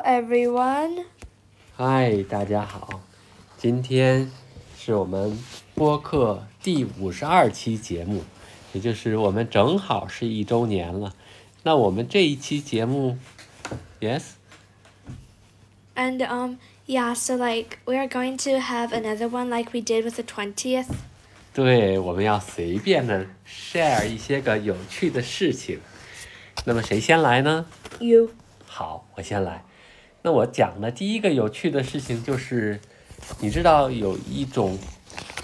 everyone. 嗨，大家好，今天是我们播客第五十二期节目，也就是我们正好是一周年了。那我们这一期节目，yes， And um yeah, so like we are going to have another one like we did with the 20th. 对，我们要随便的 share 一些个有趣的事情。那么谁先来呢？ You. 好，我先来。那我讲的第一个有趣的事情就是，你知道有一种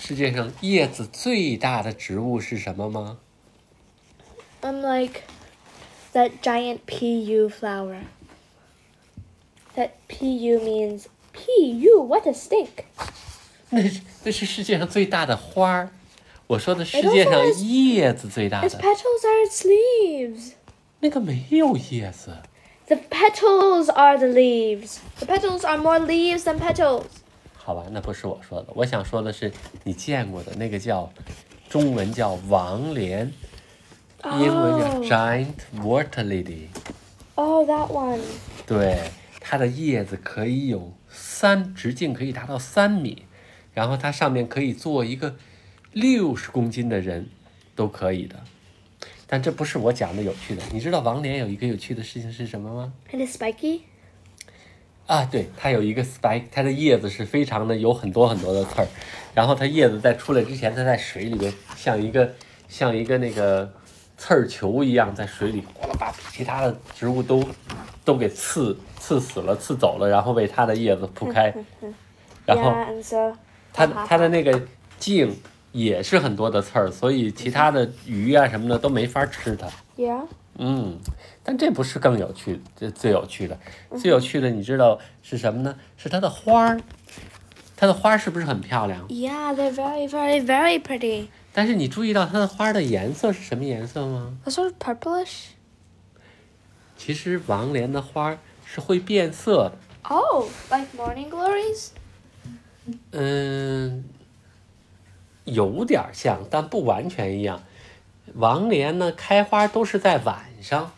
世界上叶子最大的植物是什么吗？ I'm Um, like that giant PU flower. That PU means PU, what a stink. 那是那是世界上最大的花儿。我哎说的世 It also 界上 has- 叶子最大 Its 的 petals are its leaves. 那个没有叶子， The petals are the leaves. The petals are more leaves than petals. 好吧，那不是我说的。我想说的是你见过的那个叫中文叫王莲，英文叫 giant water lily。 Oh, that one. 对，它的叶子可以有三直径可以达到三米，然后它上面可以坐一个六十公斤的人，都可以的。但这不是我讲的有趣的。你知道王莲有一个有趣的事情是什么吗？ And it's spiky. 啊，对，它有一个 spike，它的叶子是非常的有很多很多的刺儿，然后它叶子在出来之前，它在水里面像一个像一个那个刺儿球一样在水里哗啦把其他的植物都都给刺刺死了、刺走了，然后为它的叶子铺开，然后 Yeah, and so. uh-huh. 它哈哈它的那个茎也是很多的刺儿，所以其他的鱼啊什么的都没法吃它。 Yeah. 嗯，但这不是更有趣，这最有趣的，最有趣的，你知道是什么呢？是它的花儿，它的花儿是不是很漂亮？ Yeah, they're very, very, very pretty. 但是你注意到它的花儿的颜色是什么颜色吗？ They're sort of purplish. 其实王莲的花儿是会变色的， Oh, like morning glories? 嗯，有点儿像，但不完全一样。王莲呢，开花都是在晚上，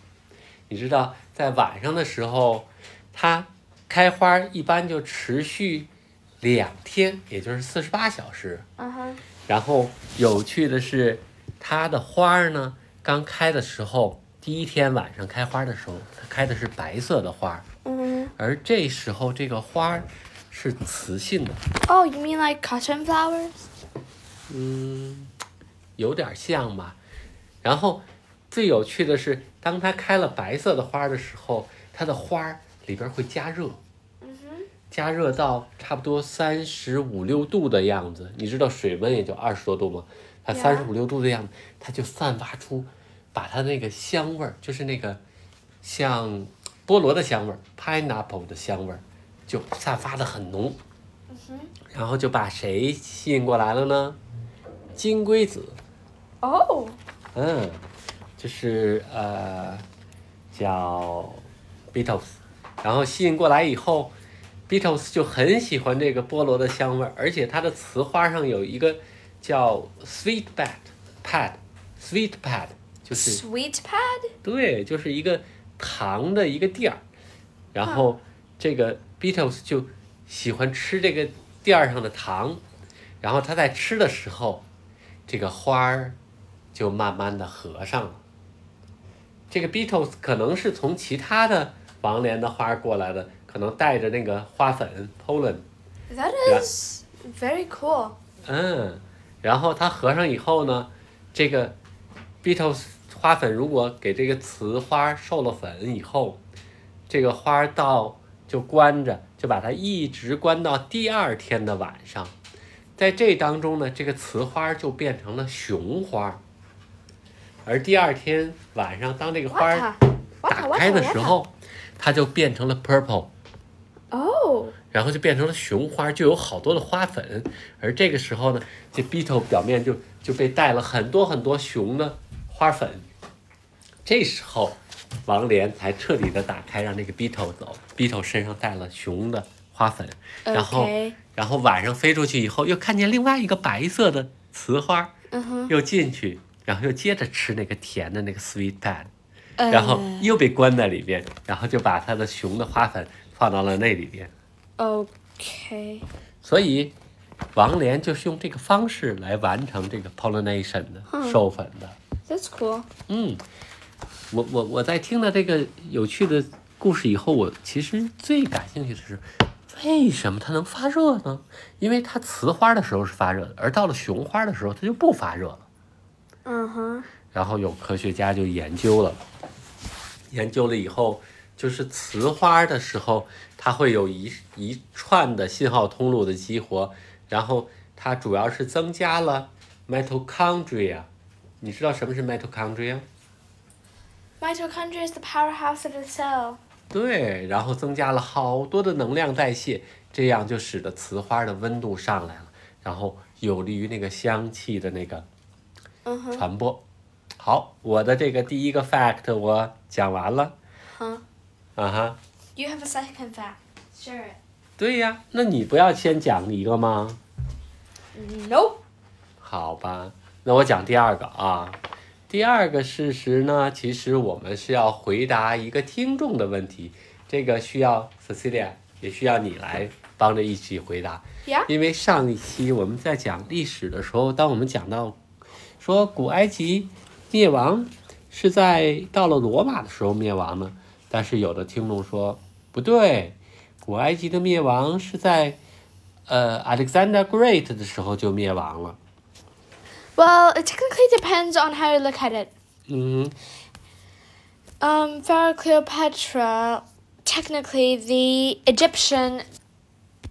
你知道，在晚上的时候，它开花一般就持续两天，也就是四十八小时。 Uh huh. 然后有趣的是，它的花儿呢，刚开的时候，第一天晚上开花的时候，它开的是白色的花儿， Mm-hmm. 而这时候这个花儿是雌性的。 Oh, you mean like cotton flowers? 嗯，有点像吧。然后最有趣的是，当它开了白色的花的时候，它的花儿里边会加热，加热到差不多三十五六度的样子。你知道水温也就二十多度吗？它三十五六度的样子，它就散发出，把它那个香味儿，就是那个像菠萝的香味儿，pineapple 的香味儿，就散发的很浓。然后就把谁吸引过来了呢？金龟子， Oh. 嗯，就是呃叫 Beatles，然后吸引过来以后，Beatles 就很喜欢这个菠萝的香味儿，而且它的雌花上有一个叫 Sweet Pad Pad Sweet Pad，就是 Sweet pad? 对，就是一个糖的一个垫儿，然后这个 Beatles 就喜欢吃这个垫儿上的糖，然后他在吃的时候，这个花儿就慢慢的合上了。这个 Beatles 可能是从其他的王莲的花儿过来的，可能带着那个花粉 pollen， That Yeah. is very cool. 嗯，然后它合上以后呢，这个 Beatles 花粉如果给这个雌花授了粉以后，这个花到就关着，就把它一直关到第二天的晚上。在这当中呢，这个雌花就变成了雄花，而第二天晚上，当这个花 What? 儿 the- What? 打 the- What? 开 the- 的 What? 时 the- 候，它就变成了 purple。 Oh. 然后就变成了雄花，就有好多的花粉。而这个时候呢，这 beetle 表面就就被带了很多很多雄的花粉。这时候，王莲才彻底的打开，让那个 beetle 走。beetle 身上带了雄的花粉，然后 Okay. 然后晚上飞出去以后，又看见另外一个白色的雌花，嗯哼又进去，然后又接着吃那个甜的那个 sweet pad。嗯然后又被关在里边，然后就把它的熊的花粉放到了那里边。 Okay. 所以，王莲就是用这个方式来完成这个 pollination 的授粉的。 That's cool. 嗯，我我我在听了这个有趣的故事以后，我其实最感兴趣的是，为什么它能发热呢？因为它雌花的时候是发热的，而到了雄花的时候，它就不发热了。 Uh-huh. 然后有科学家就研究了，研究了以后，就是雌花的时候，它会有一一串的信号通路的激活，然后它主要是增加了 mitochondria。你知道什么是 mitochondria？ Mitochondria is the powerhouse of the cell. 对，然后增加了好多的能量代谢，这样就使得雌花的温度上来了，然后有利于那个香气的那个嗯哼传播。好，我的这个第一个 fact 我讲完了。 Huh. 啊哈， You have a second fact. Sure. 对呀，那你不要先讲一个吗？ Nope. 好吧，那我讲第二个啊。第二个事实呢，其实我们是要回答一个听众的问题，这个需要 Cecilia 也需要你来帮着一起回答。 Yeah. 因为上一期我们在讲历史的时候，当我们讲到说古埃及灭亡是在到了罗马的时候灭亡呢，但是有的听众说不对，古埃及的灭亡是在呃 Alexander Great 的时候就灭亡了。 Well, it technically depends on how you look at it. 嗯， Um, Pharaoh Cleopatra, technically the Egyptian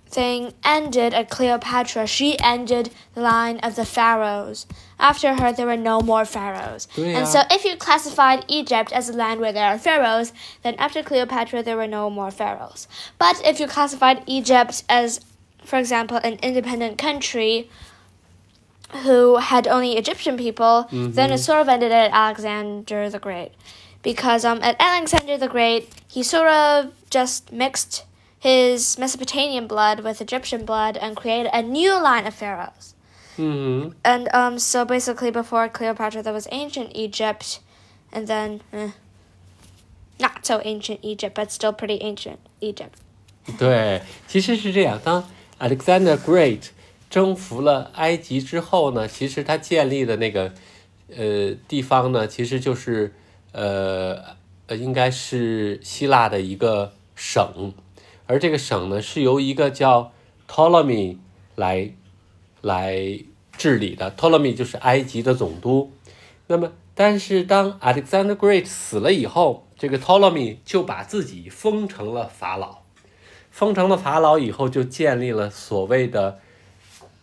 thing ended at Cleopatra. She ended the line of the pharaohs. After her, there were no more pharaohs. Yeah. And so, if you classified Egypt as a land where there are pharaohs, then after Cleopatra, there were no more pharaohs. But if you classified Egypt as, for example, an independent country who had only Egyptian people, then it sort of ended at Alexander the Great. Because um, at Alexander the Great, he sort of just mixed his Mesopotamian blood with Egyptian blood and created a new line of pharaohs. 嗯， And um, so basically, before Cleopatra, there was ancient Egypt, and then eh, not so ancient Egypt, but still pretty ancient Egypt. 对，其实是这样。当 Alexander Great 征服了埃及之后呢，其实他建立的那个呃地方呢，其实就是呃呃，应该是希腊的一个省，而这个省呢是由一个叫 Ptolemy 来来治理的。Ptolemy 就是埃及的总督。那么，但是当 Alexander Great 死了以后，这个 Ptolemy 就把自己封成了法老。封城的法老以后，就建立了所谓的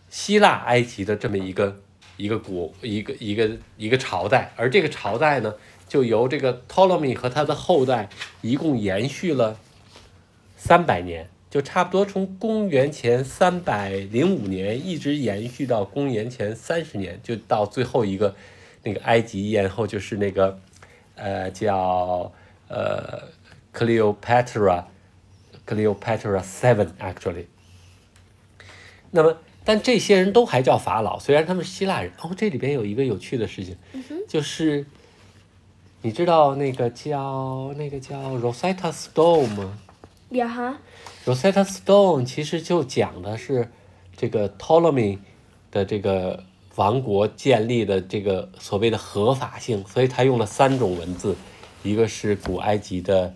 希腊埃及的这么一个一个国一个一个一个朝代，而这个朝代呢，就由这个 Ptolemy 和他的后代一共延续了三百年，就差不多从公元前三百零五年一直延续到公元前三十年，就到最后一个那个埃及艳后，就是那个呃叫呃 Cleopatra。Cleopatra Seven actually。那么，但这些人都还叫法老，虽然他们是希腊人。哦，这里边有一个有趣的事情，就是你知道那个叫那个叫 Rosetta Stone 吗 Yeah, huh? ？Rosetta Stone 其实就讲的是这个 Ptolemy 的这个王国建立的这个所谓的合法性，所以他用了三种文字，一个是古埃及的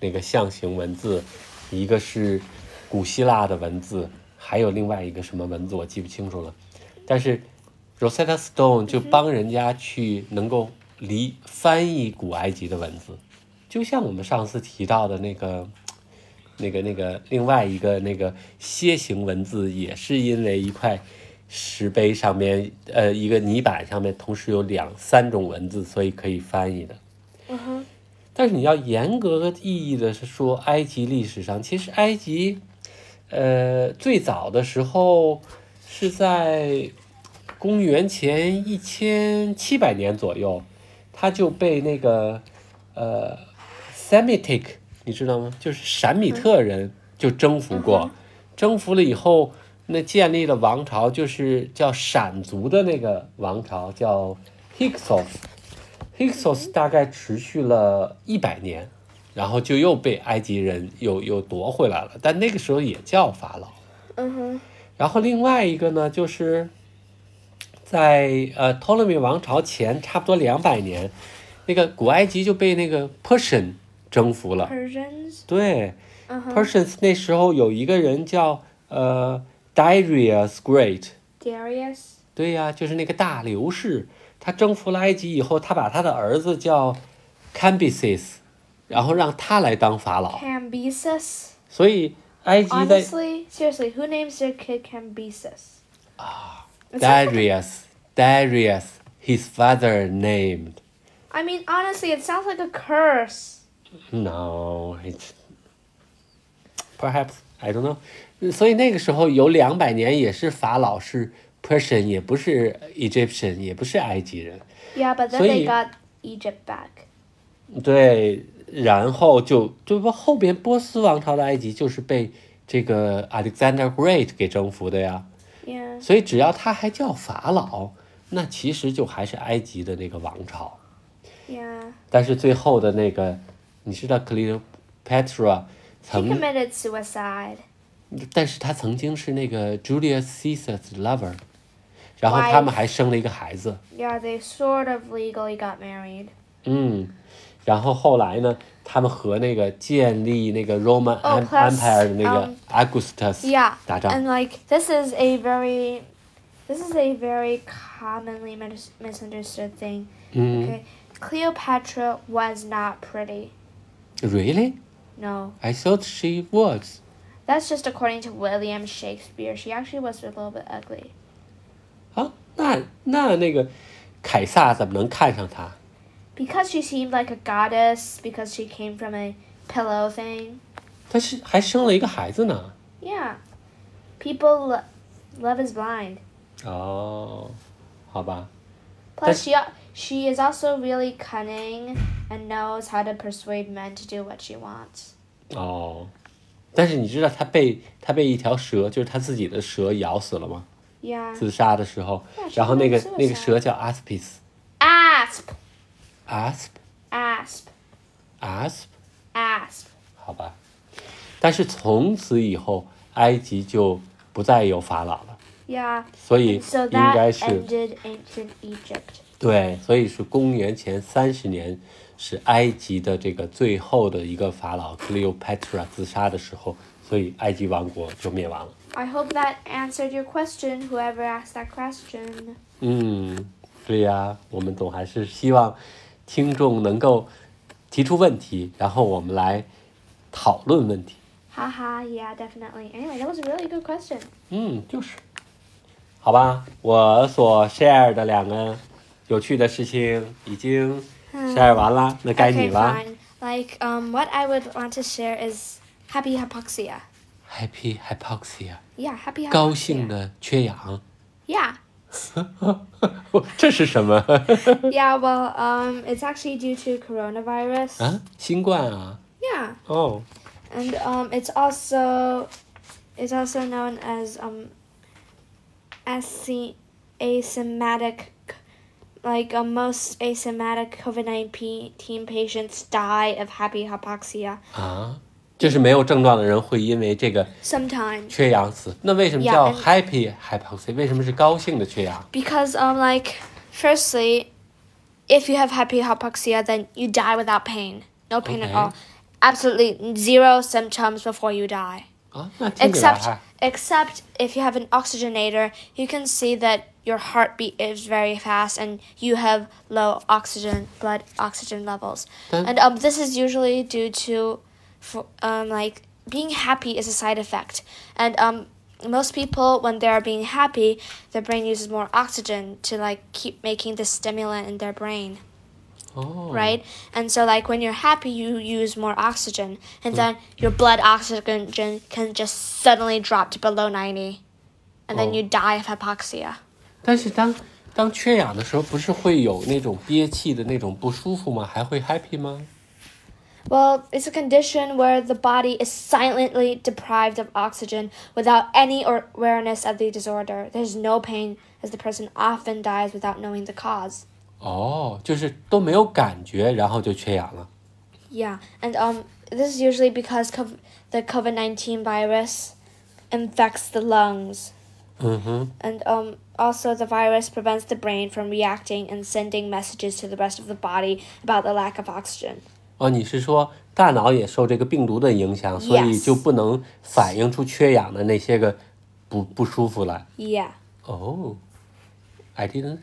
那个象形文字，一个是古希腊的文字，还有另外一个什么文字我记不清楚了。但是 Rosetta Stone 就帮人家去能够离翻译古埃及的文字，就像我们上次提到的那个。那个、那个，另外一个那个楔形文字，也是因为一块石碑上面，呃，一个泥板上面同时有两三种文字，所以可以翻译的。但是你要严格意义的是说，埃及历史上其实埃及，呃，最早的时候是在公元前一千七百年左右，它就被那个呃 Semitic 你知道吗？就是闪米特人就征服过，征服了以后，那建立了王朝，就是叫闪族的那个王朝叫 Hyksos。 Hyksos 大概持续了一百年，然后就又被埃及人又又夺回来了，但那个时候也叫法老。嗯哼，然后另外一个呢，就是在呃托勒密王朝前差不多两百年，那个古埃及就被那个 Persian 征服了。 Persians，对嗯哼，Persians 那时候有一个人叫呃 Darius Great， ，Darius，对呀、就是那个大流士，他征服了埃及以后，他把他的儿子叫 Cambyses，然后让他来当法老， Cambyses。所以埃及哦的 Honestly, seriously, who names their kid Cambyses? Darius Darius his father named I mean, honestly, it sounds like a curse. no it's perhaps I don't know，所以那个时候有两百年也是法老是 Persian，也不是 Egyptian，也不是埃及人， Yeah, but then So they you- got Egypt back. 对，然后就就不后边波斯王朝的埃及就是被这个 Alexander Great 给征服的呀， Yeah. 所以只要他还叫法老，那其实就还是埃及的那个王朝。 Yeah. 但是最后的那个，你知道 Cleopatra She 曾， committed suicide. 但是她曾经是那个 Julius Caesar 的 lover，然后他们还生了一个孩子， Yeah, they sort of legally got married. 嗯，然后后来呢，他们和那个建立那个 Roman Oh, Em- plus, Empire 的那个 um, Augustus，、 Yeah. That, uh, And like this is a very this is a very commonly mis- misunderstood thing. 嗯 Okay. Cleopatra was not pretty. ，Really? No. I thought she was. That's just according to William Shakespeare. She actually was a little bit ugly. 啊，那那那个凯撒怎么能看上她？ Because she seemed like a goddess, because she came from a pillow thing. 她是还生了一个孩子呢。 Yeah. People lo- love is blind. 哦，好吧， Plus, she she is also really cunning and knows how to persuade men to do what she wants. 哦，但是你知道她被她被一条蛇，就是她自己的蛇咬死了吗？ Yeah. 自杀的时候那，是然后那个自杀那个蛇叫 Aspis。 Asp, Asp asp, Asp， asp. 好吧。但是从此以后，埃及就不再有法老了， Yeah. 所以 So 应该 that 是 ended ancient Egypt. 对，所以是公元前三十年，是埃及的这个最后的一个法老 Cleopatra 自杀的时候，所以埃及王国就灭亡了。 I hope that answered your question, whoever asked that question. 嗯，对呀、我们总还是希望听众能够提出问题，然后我们来讨论问题。 Haha, yeah, definitely. Anyway, that was a really good question. 嗯，就是，好吧，我所 share 的两个有趣的事情已经 share 完了，那该你 Okay, 了。 fine. Like, um, what I would want to share is happy hypoxia. Happy hypoxia， Yeah, happy hypoxia. 高兴的缺氧， Yeah. 这是什么 Yeah, well, um, it's actually due to coronavirus. 啊？新冠啊？ Yeah, 哦， and um, it's also, it's also known as um, asy- asymptomatic, like uh, most asymptomatic COVID nineteen patients die of happy hypoxia 啊，就是没有症状的人会因为这个 sometimes 缺氧死。那为什么 Yeah, 叫 and- happy hypoxia？为什么是高兴的缺氧？ because um, like, firstly, if you have happy hypoxia, then you die without pain, no pain Okay. at all, absolutely zero symptoms before you die. 啊，那听起来 except 还 except if you have an oxygenator you can see that your heartbeat is very fast and you have low oxygen blood oxygen levels Then- and um this is usually due to for, um like being happy is a side effect and um most people when they are being happy their brain uses more oxygen to like keep making the stimulant in their brain 哦 right? And so, like, when you're happy, you use more oxygen, and then your blood oxygen can just suddenly drop to below 90, and then Oh. you die of hypoxia. 但是当当缺氧的时候，不是会有那种憋气的那种不舒服吗？还会 happy 吗？ Well, it's a condition where the body is silently deprived of oxygen without any or- awareness of the disorder. There's no pain, as the person often dies without knowing the cause. 哦，就是都没有感觉，然后就缺氧了。 Yeah, and um, this is usually because cov- the COVID nineteen virus infects the lungs, 嗯哼， and um, also the virus prevents the brain from reacting and sending messages to the rest of the body about the lack of oxygen. 哦，你是说大脑也受这个病毒的影响，所以 Yes 就不能反映出缺氧的那些个不不舒服来？ Yeah, 哦，I didn't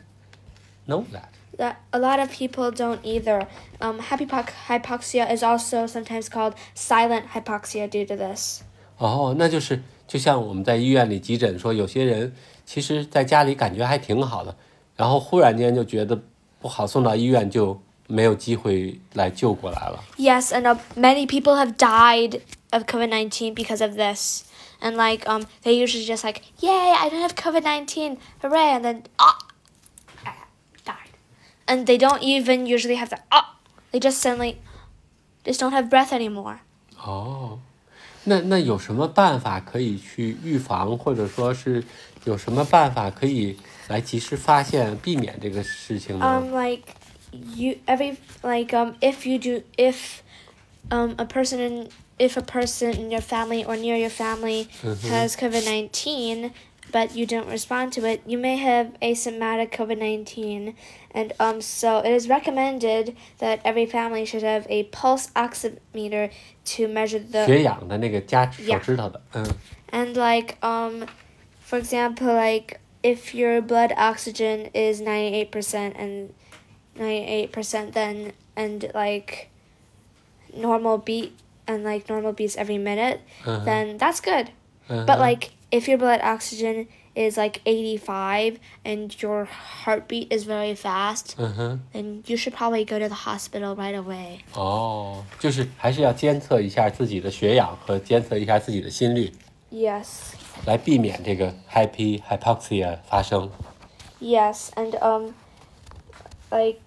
know that。 that a lot of people don't either. Um, hypopo- hypoxia is also sometimes called silent hypoxia due to this. 哦，那就是就像我们在医院里急诊说，有些人其实在家里感觉还挺好的，然后忽然间就觉得不好，送到医院就没有机会来救过来了。 Yes, and uh, many people have died of COVID 19 because of this. And like, um, they usually just like, yay, I don't have COVID 19, hooray, and then, ah, ah, died. And they don't even usually have the, ah, they just suddenly just don't have breath anymore. 哦，那那有什么办法可以去预防，或者说是有什么办法可以来及时发现、避免这个事情呢？ Um, like, you, every, like, um, if you do, if, um, a person in, if a person in your family or near your family has COVID 19, but you don't respond to it, you may have asymptomatic COVID 19. And um, so it is recommended that every family should have a pulse oximeter to measure the. 血氧的那个加手呀指头的，嗯， And like, um, for example, like if your blood oxygen is 98% and 98%, then, and like normal beat, and like normal beats every minute, 嗯哼 then that's good. 嗯 But 哼 like if your blood oxygen is like 85 and your heartbeat is very fast, 嗯哼， then you should probably go to the hospital right away. 哦，就是还是要监测一下自己的血氧和监测一下自己的心率。 Yes. 来避免这个 happy hypoxia 发生。 Yes, and um like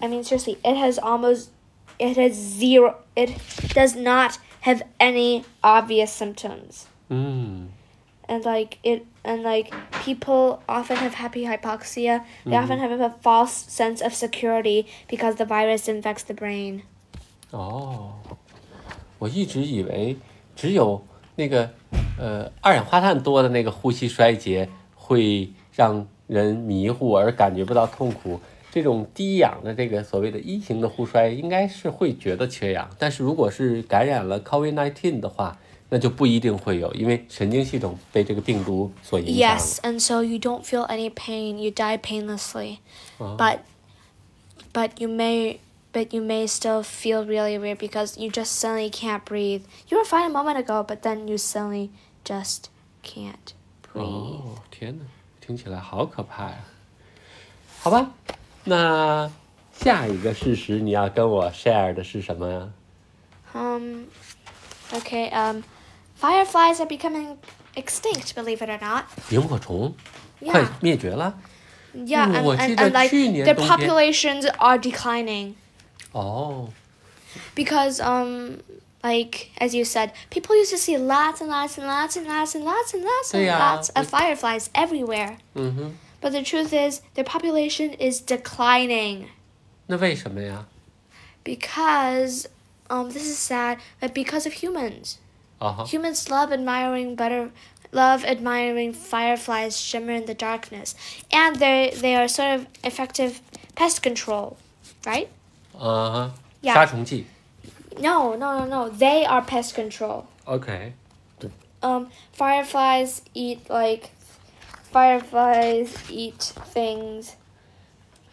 I mean seriously, it has almost it has zero it does not have any obvious symptoms. 嗯 and like it and like people often have happy hypoxia they often have a false sense of security because the virus infects the brain 哦，我一直以为只有那个呃二氧化碳多的那个呼吸衰竭会让人迷糊而感觉不到痛苦。这种低氧的这个所谓的一型的呼衰，应该是会觉得缺氧，但是如果是感染了 COVID-19 的话，那就不一定会有，因为神经系统被这个病毒所影响了。 yes and so you don't feel any pain you die painlessly but but you may but you may still feel really weird because you just suddenly can't breathe you were fine a moment ago but then you suddenly just can't breathe 哦，天哪，听起来好可怕呀！好吧，那下一个事实你要跟我 share 的是什么呀？ Um, okay, um, fireflies are becoming extinct, believe it or not. 萤火虫 Yeah. 快灭绝了 Yeah, Mm, and, 我 and, 记得 and like 去年 their 冬天- populations are declining 哦， because, um, like as you said, people used to see lots and lots and lots and lots and lots and lots and 对呀， lots of 我- fireflies everywhere. 嗯哼， But the truth is, their population is declining 那为什么呀？ because, um, this is sad, but because of humans. 啊哈， Humans love admiring butter love admiring fireflies shimmer in the darkness. And they they are sort of effective pest control, right? 啊哈，呀杀虫剂。 No, no, no, no. They are pest control. OK， Um fireflies eat like fireflies eat things.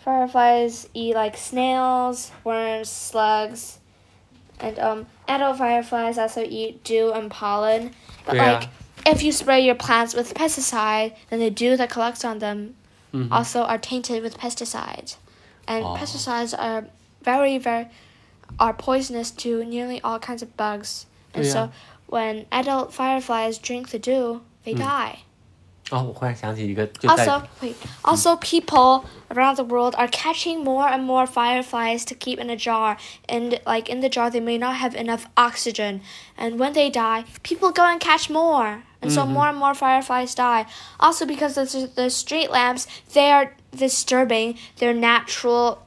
Fireflies eat like snails, worms, slugs, and um adult fireflies also eat dew and pollen. But 对呀、 like if you spray your plants with pesticide, then the dew that collects on them 嗯 Mm-hmm. 哦 also are tainted with pesticides. And Oh. pesticides are very, very are poisonous to nearly all kinds of bugs. And Yeah. so when adult fireflies drink the dew, they die. 哦，我忽然想起一个，就在 Also, wait. Also, people around the world are catching more and more fireflies to keep in a jar, and like in the jar, they may not have enough oxygen, and when they die, people go and catch more, and so more and more fireflies die. Also, because the the street lamps, they are disturbing their natural,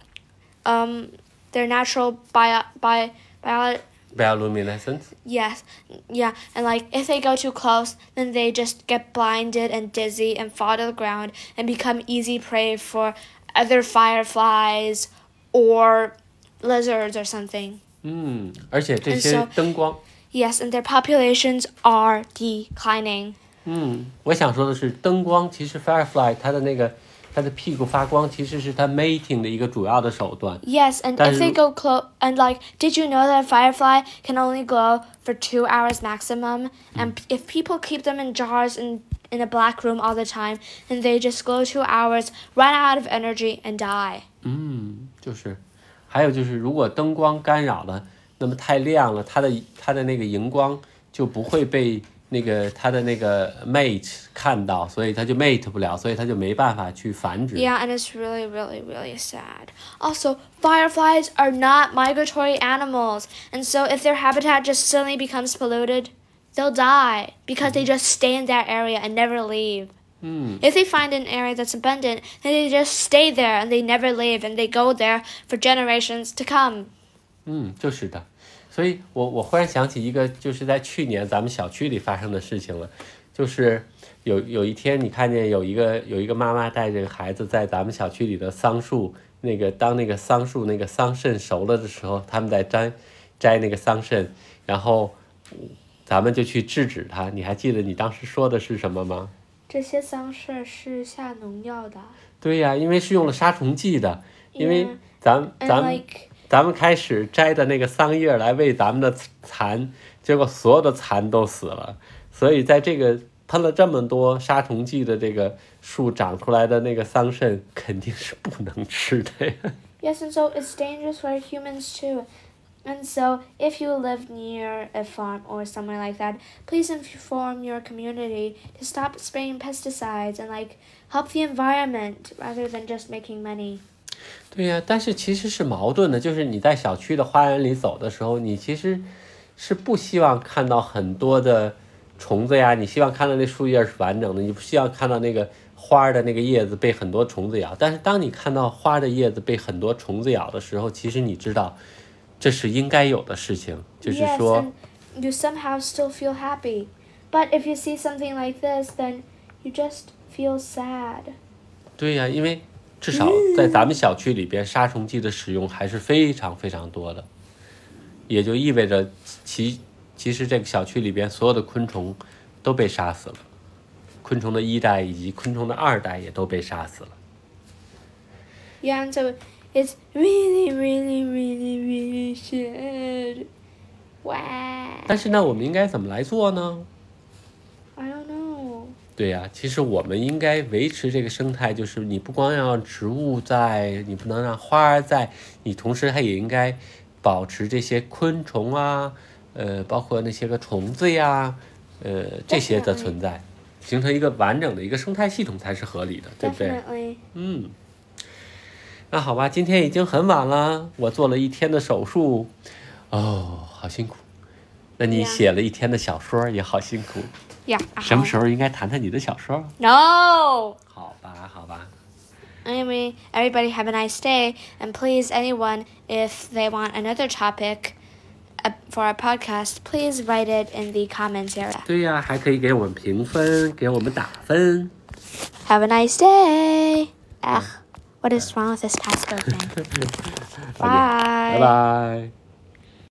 um, their natural bio bio bio. bioluminescence。 Yes, yeah, and like if they go too close, then they just get blinded and dizzy and fall to the ground and become easy prey for other fireflies or lizards or something. 嗯，而且这 And 些 so- 灯光， Yes, and their populations are declining. 嗯，我想说的是，灯光其实 firefly 它的那个它的屁股发光，其实是它 mating 的一个主要的手段。 Yes, and if they Doesn't- go close, and like, did you know that a firefly can only glow for two hours maximum? And p- if people keep them in jars in in a black room all the time, then they just glow two hours, run out of energy, and die. 嗯，就是，还有就是，如果灯光干扰了，那么太亮了，它的它的那个荧光就不会被那个它的那个 mate 看到，所以它就 mate 不了，所以它就没办法去繁殖。 Yeah, and it's really, really, really sad. Also, fireflies are not migratory animals, and so if their habitat just suddenly becomes polluted, they'll die because they just stay in that area and never leave. If they find an area that's abundant, then they just stay there and they never leave, and they go there for generations to come. 嗯，就是的。所以我我忽然想起一个，就是在去年咱们小区里发生的事情了，就是有有一天你看见有一个有一个妈妈带着孩子在咱们小区里的桑树那个当那个桑树那个桑葚熟了的时候，他们在摘摘那个桑葚，然后咱们就去制止他。你还记得你当时说的是什么吗？对呀、因为是用了杀虫剂的，因为 Yeah. 咱咱 And 们。 like, 咱们开始摘的那个桑叶来喂咱们的蚕，结果所有的蚕都死了。所以在这个喷了这么多杀虫剂的这个树长出来的那个桑葚，肯定是不能吃的呀。 yes, and so it's dangerous for humans too. And so, if you live near a farm or somewhere like that, please inform your community to stop spraying pesticides and like help the environment rather than just making money. 对呀、但是其实是矛盾的，就是你在小区的花园里走的时候，你其实是不希望看到很多的虫子呀，你希望看到那树叶是完整的，你不希望看到那个花儿的那个叶子被很多虫子咬。但是当你看到花儿的叶子被很多虫子咬的时候，其实你知道这是应该有的事情，就是说 yes, and you somehow still feel happy. But if you see something like this, then you just feel sad. 对呀、因为至少在咱们小区里边，杀虫剂的使用还是非常非常多的，也就意味着其其实这个小区里边所有的昆虫都被杀死了，昆虫的一代以及昆虫的二代也都被杀死了。 Yeah, and so it's really, really, really, really sad. Wow. 但是呢，我们应该怎么来做呢？ I don't know. 对呀、其实我们应该维持这个生态，就是你不光要让植物在，你不能让花儿在，你同时还也应该保持这些昆虫啊，呃，包括那些个虫子呀，呃，这些的 Definitely. 存在，形成一个完整的一个生态系统才是合理的，对不对？ Definitely. 嗯，那好吧，今天已经很晚了，我做了一天的手术，哦，好辛苦。那你 Yeah. 写了一天的小说儿也好辛苦， Yeah. uh-huh. 什么时候应该谈谈你的小说儿？ No. 好吧，好吧， Anyway, everybody have a nice day, and please, anyone, if they want another topic uh, for our podcast, please write it in the comments area. 对呀、还可以给我们评分，给我们打分。 Have a nice day. Ugh, what is wrong with this password thing? Bye. 拜拜。